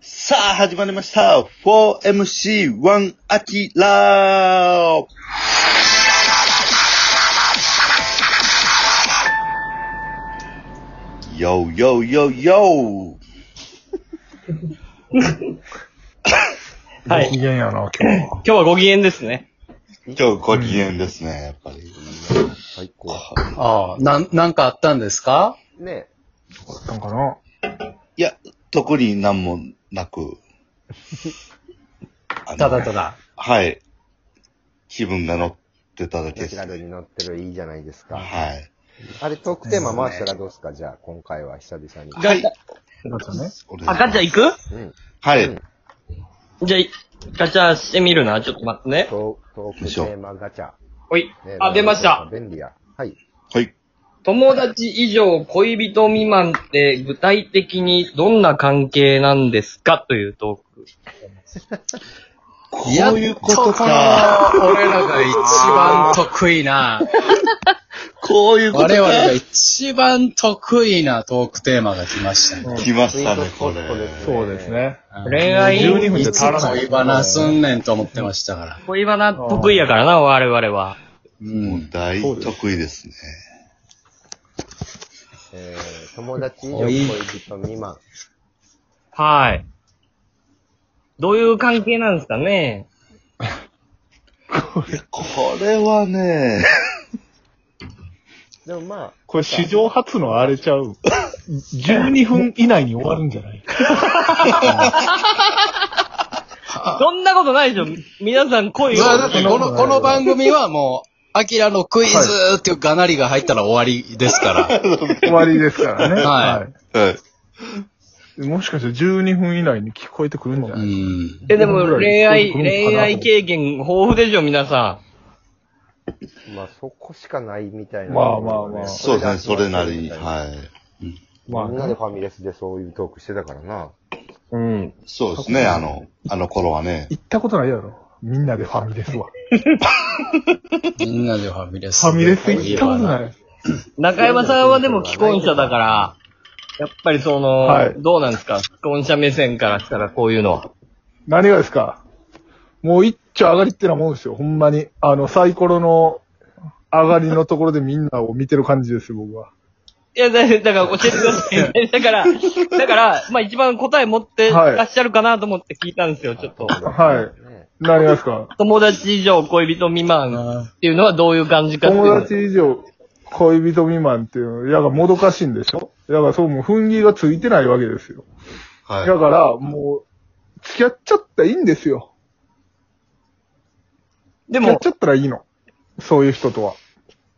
さあ、始まりました !4MC1 アキラーよよよよはいご機嫌やな、今日は。今日はご機嫌ですね。今日ご機嫌ですね、やっぱり。最高。ああ、なん、なんかあったんですかねどうだったんかないや、特になんもなく。あのただた。だ。はい。気分が乗ってただけナでチすュ。ラルに乗ってるいいじゃないですか。はい。あれ、トークテーマ回したらどうすかじゃあ、今回は久々に。はい。よかったおね。願いしまあ、すガチャ行くうん。はい。うんじゃあ、ガチャしてみるな。ちょっと待ってね。トートークテーマガチャ。ほいね。あ、出ました。。便利や。はい。はい。友達以上恋人未満って具体的にどんな関係なんですかというトーク。こういうことか。やっとこの俺らが一番得意な、こういうこと我か。々が一番得意なトークテーマが来ましたね。来ましたね、こスイートポットでれ。すそうですね。恋愛12分じゃいつ足らない。恋バナすんねんと思ってましたから。恋バナ得意やからな、我々は。う。もうん大得意ですね。えー、友達以上恋人未満。はい。どういう関係なんですかねこれはね、でもまあ、これ史上初のあれちゃう。12分以内に終わるんじゃないそんなことないでしょ。皆さん恋をま。あだってこの、この番組はもう、アキラのクイズっていうがなりが入ったら終わりですから。終わりですからね。は はい。い。もしかしたら12分以内に聞こえてくるんじゃうないん。え、でも恋愛、この番組恋愛経験豊富でしょ、皆さん。まあそこしかないみたいな。まあまあまあそうですね、それなりに。い。はい。まあみんなねで。ファミレスでそういうトークしてたからな。うん。そうですね、あの、あの頃はね。行ったことないやろ。みんなでファミレスは。みんなでファミレス。ファミレス行ったことない。中山さんはでも既婚者だから、やっぱりその、はいどうなんですか既婚者目線からしたらこういうのは。何がですかもう一丁上がりってなもんですよ。ほんまに。あの、サイコロの上がりのところでみんなを見てる感じですよ、僕は。いや、だだから教えてください。だから、だから、まあ一番答え持ってはいらっしゃるかなと思って聞いたんですよ、ちょっと。はい。ね何がですか友達以上恋人未満っていうのはどういう感じかっていうの友達以上恋人未満っていうの、やがもどかしいんでしょやがそう、もう踏ん切りがついてないわけですよ。はだから、もう、付き合っちゃったらいいんですよ。で付き合っもち、ゃったらいいの。そういう人とは。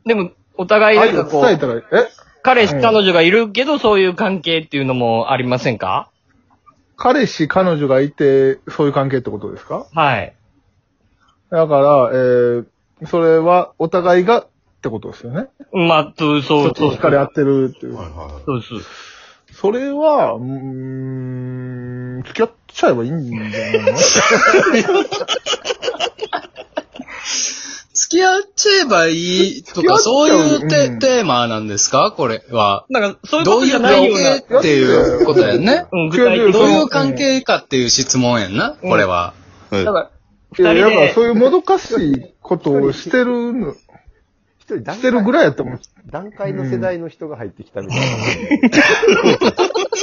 でも、お互いなん愛かをこ伝えう、たら、え彼氏彼女がいるけどそういう関係っていうのもありませんか彼氏、彼女がいて、そういう関係ってことですかはい。だから、えー、それは、お互いがってことですよね。まあ、そう、ちそょっう、そとう惹。かれ合ってるっていう。はそうそう。それは、うーん、付き合っちゃえばいいんじゃないの付き合っちゃえばいいと付き合っか、ちゃうそういうテ,、うんテーマなんですかこれは。なんか、そういうこどうといじうゃない関ような。係っていうことやんね。うん、具体的違う違に。どういう関係かっていう質問やんな、これは。い。だはかいや、二人だでからそういうもどかしいことをしてるの、一人段してるぐらいやったもん。段階の世代の人が入ってきたみたいな。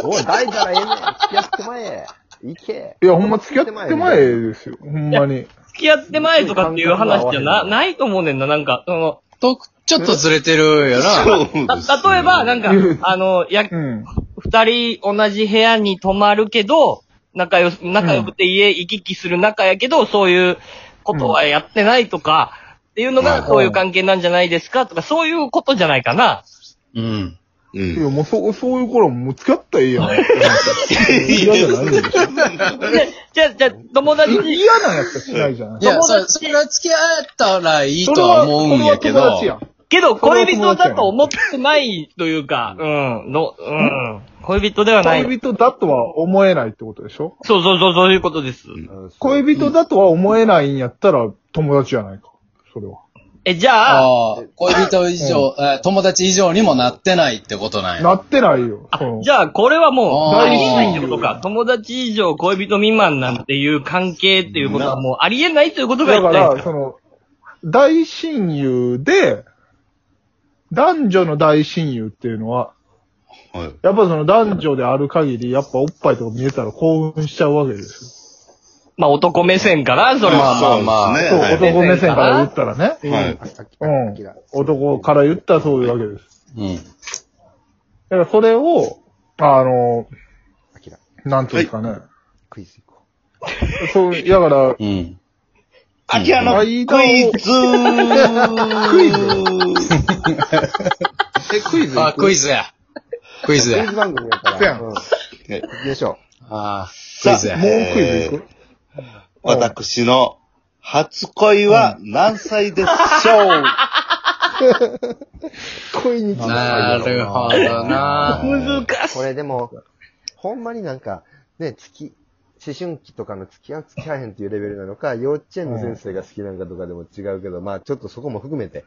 おい、誰からええねん付き合ってまえ行けいや、ほんま付き合って前ですよ。ほんまに。ら、付き合って前とかっていう話じゃな、ないと思うねんな。なんか、その、と、ちょっとずれてるよな。そうですねた、例えば、なんかうん、あの、や、うん。二人同じ部屋に泊まるけど、仲良、仲良くて家行き来する仲やけど、そういうことはやってないとか、っていうのうが、んそういう関係なんじゃないですかとか、そういうことじゃないかな。うん。ういや、ん。もうそう、そういう頃もう付き合ったらいいやん。嫌じゃないのじゃあ、じゃあ、友達に、嫌なんやったらしないじゃないい。や、友達そそれは付き合ったらいいそとれはは、思うんやけそれはど友達、やん。けど、恋人だと思ってないというか、うん、の、うん、恋人ではない。恋人だとは思えないってことでしょそうそうそう、そういうことです。うんそう恋人だとは思えないんやったら友達じゃないか。それは。え、じゃあ、ああ、恋人以上、えー友達以上にもなってないってことなんや。なってないよ。うんじゃあ、これはもう、あーありえないってことか。友達以上恋人未満なんていう関係っていうことはもうありえないということがだ言かいたいんら、だその、大親友で、男女の大親友っていうのは、はい。やっぱその男女である限り、やっぱおっぱいとか見えたら興奮しちゃうわけですまあ、男目線から、それまは。あまあまあそうよ。でそう、すね男目線から言ったらね。はい。はい。うん。男から言ったらそういうわけです。うん。だからそれを、あの、アキラ、なんていうんですかね。クイズ行こそう、だから、うん。アキラのクイズ クイズう。え、クイズあ、クイズ。ズや。クイズクイや。ズ番組やかそうやら。んうん。行きましょああ、クさイあズや。もうクイズいく、私の初恋は何歳でしょうう。恋についてなるほどな。難しい。これでも、ほんまになんか、ね、付き、思春期とかの付き合う付き合えへんっていうレベルなのか、幼稚園の先生が好きなんかとかでも違うけど、まあちょっとそこも含めて。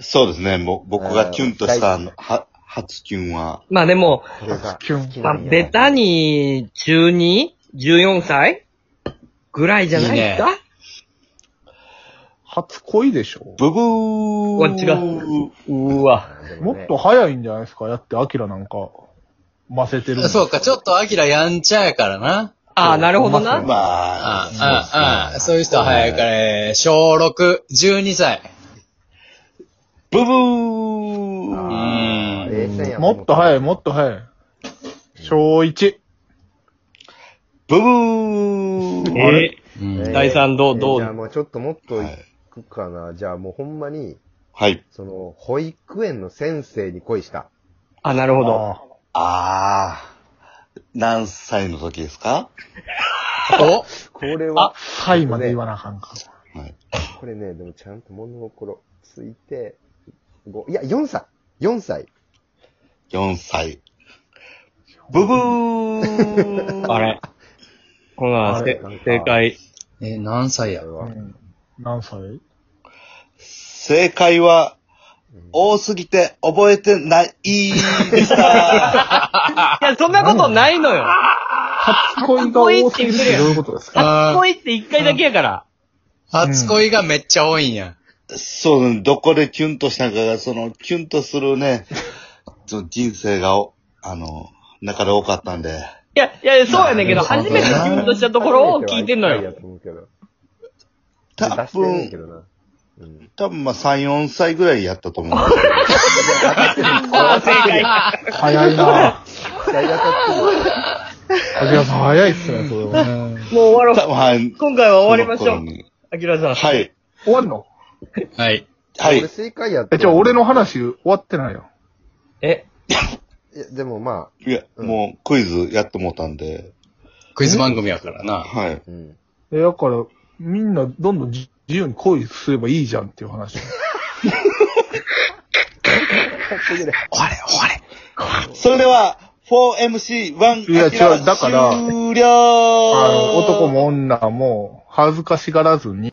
そうですね。もう僕がキュンとしたあの、は、初キュンは。まあでも、これがキュン好きまなあ、んやベタ。に、中 2?14 歳ぐらいじゃないですかい初恋でしょブブー。うわ違う。うわ。あでもねっと早いんじゃないですかやって、アキラなんか、ませてるのそうか、ちょっとアキラやんちゃやからな。ああ、なるほまどな。ああ、あ、あ、そういう人は早いから、えー小6、12歳。ブブうー。あーん。冷静やもっと早い、ももっと早い。小1。ブブー。えううんえー第三どうどうじゃあもうちょっともっと行くかな。じゃあもうほんまに、はい。その、保育園の先生に恋した。あ、なるほど。あー。何歳の時ですかおこれは、はいまで言わなあかんか。はい。これね、でもちゃんと物心ついて、ごいや、4歳 !4 歳4歳。ブブー。あれ。ほな、あせれ正解。え、何歳やこれうはん。何歳正解は、多すぎて覚えてないでした。いや、そんなことないのよ。初恋が多すぎてどういうことですかあ初ー恋って一回だけやから。初恋がめっちゃ多いんや。そうね、どこでキュンとしたかが、その、キュンとするね、その人生がお、あの、中で多かったんで。いや、いや、そうやねんけど、なる初ほどめなてキュンとしたところを聞いてんの 初めは一回やよ。と思うけど多出してんねんけ分、どな。うん。多分まあ3、4歳ぐらいやったと思うんですけど。ああ、正解。早いな。大学ってるアキラさん早いっすね、それは。もう終わろう。多分はい。今回は終わりましょその頃う。にアキラさん。はい。終わんのはい。は俺い。正解やって。え、じゃあ俺の。話終わってないよ。え、いや、でもまいや、もうクイズやってもうたんで。クイズ番組やからな。はい。あ、うん。え、だから、みんなどんどんじ自由に恋すればいいじゃんっていう話。終われ、終われ。それでは、4MC1 いや違うだから終了あの、男も女も恥ずかしがらずに、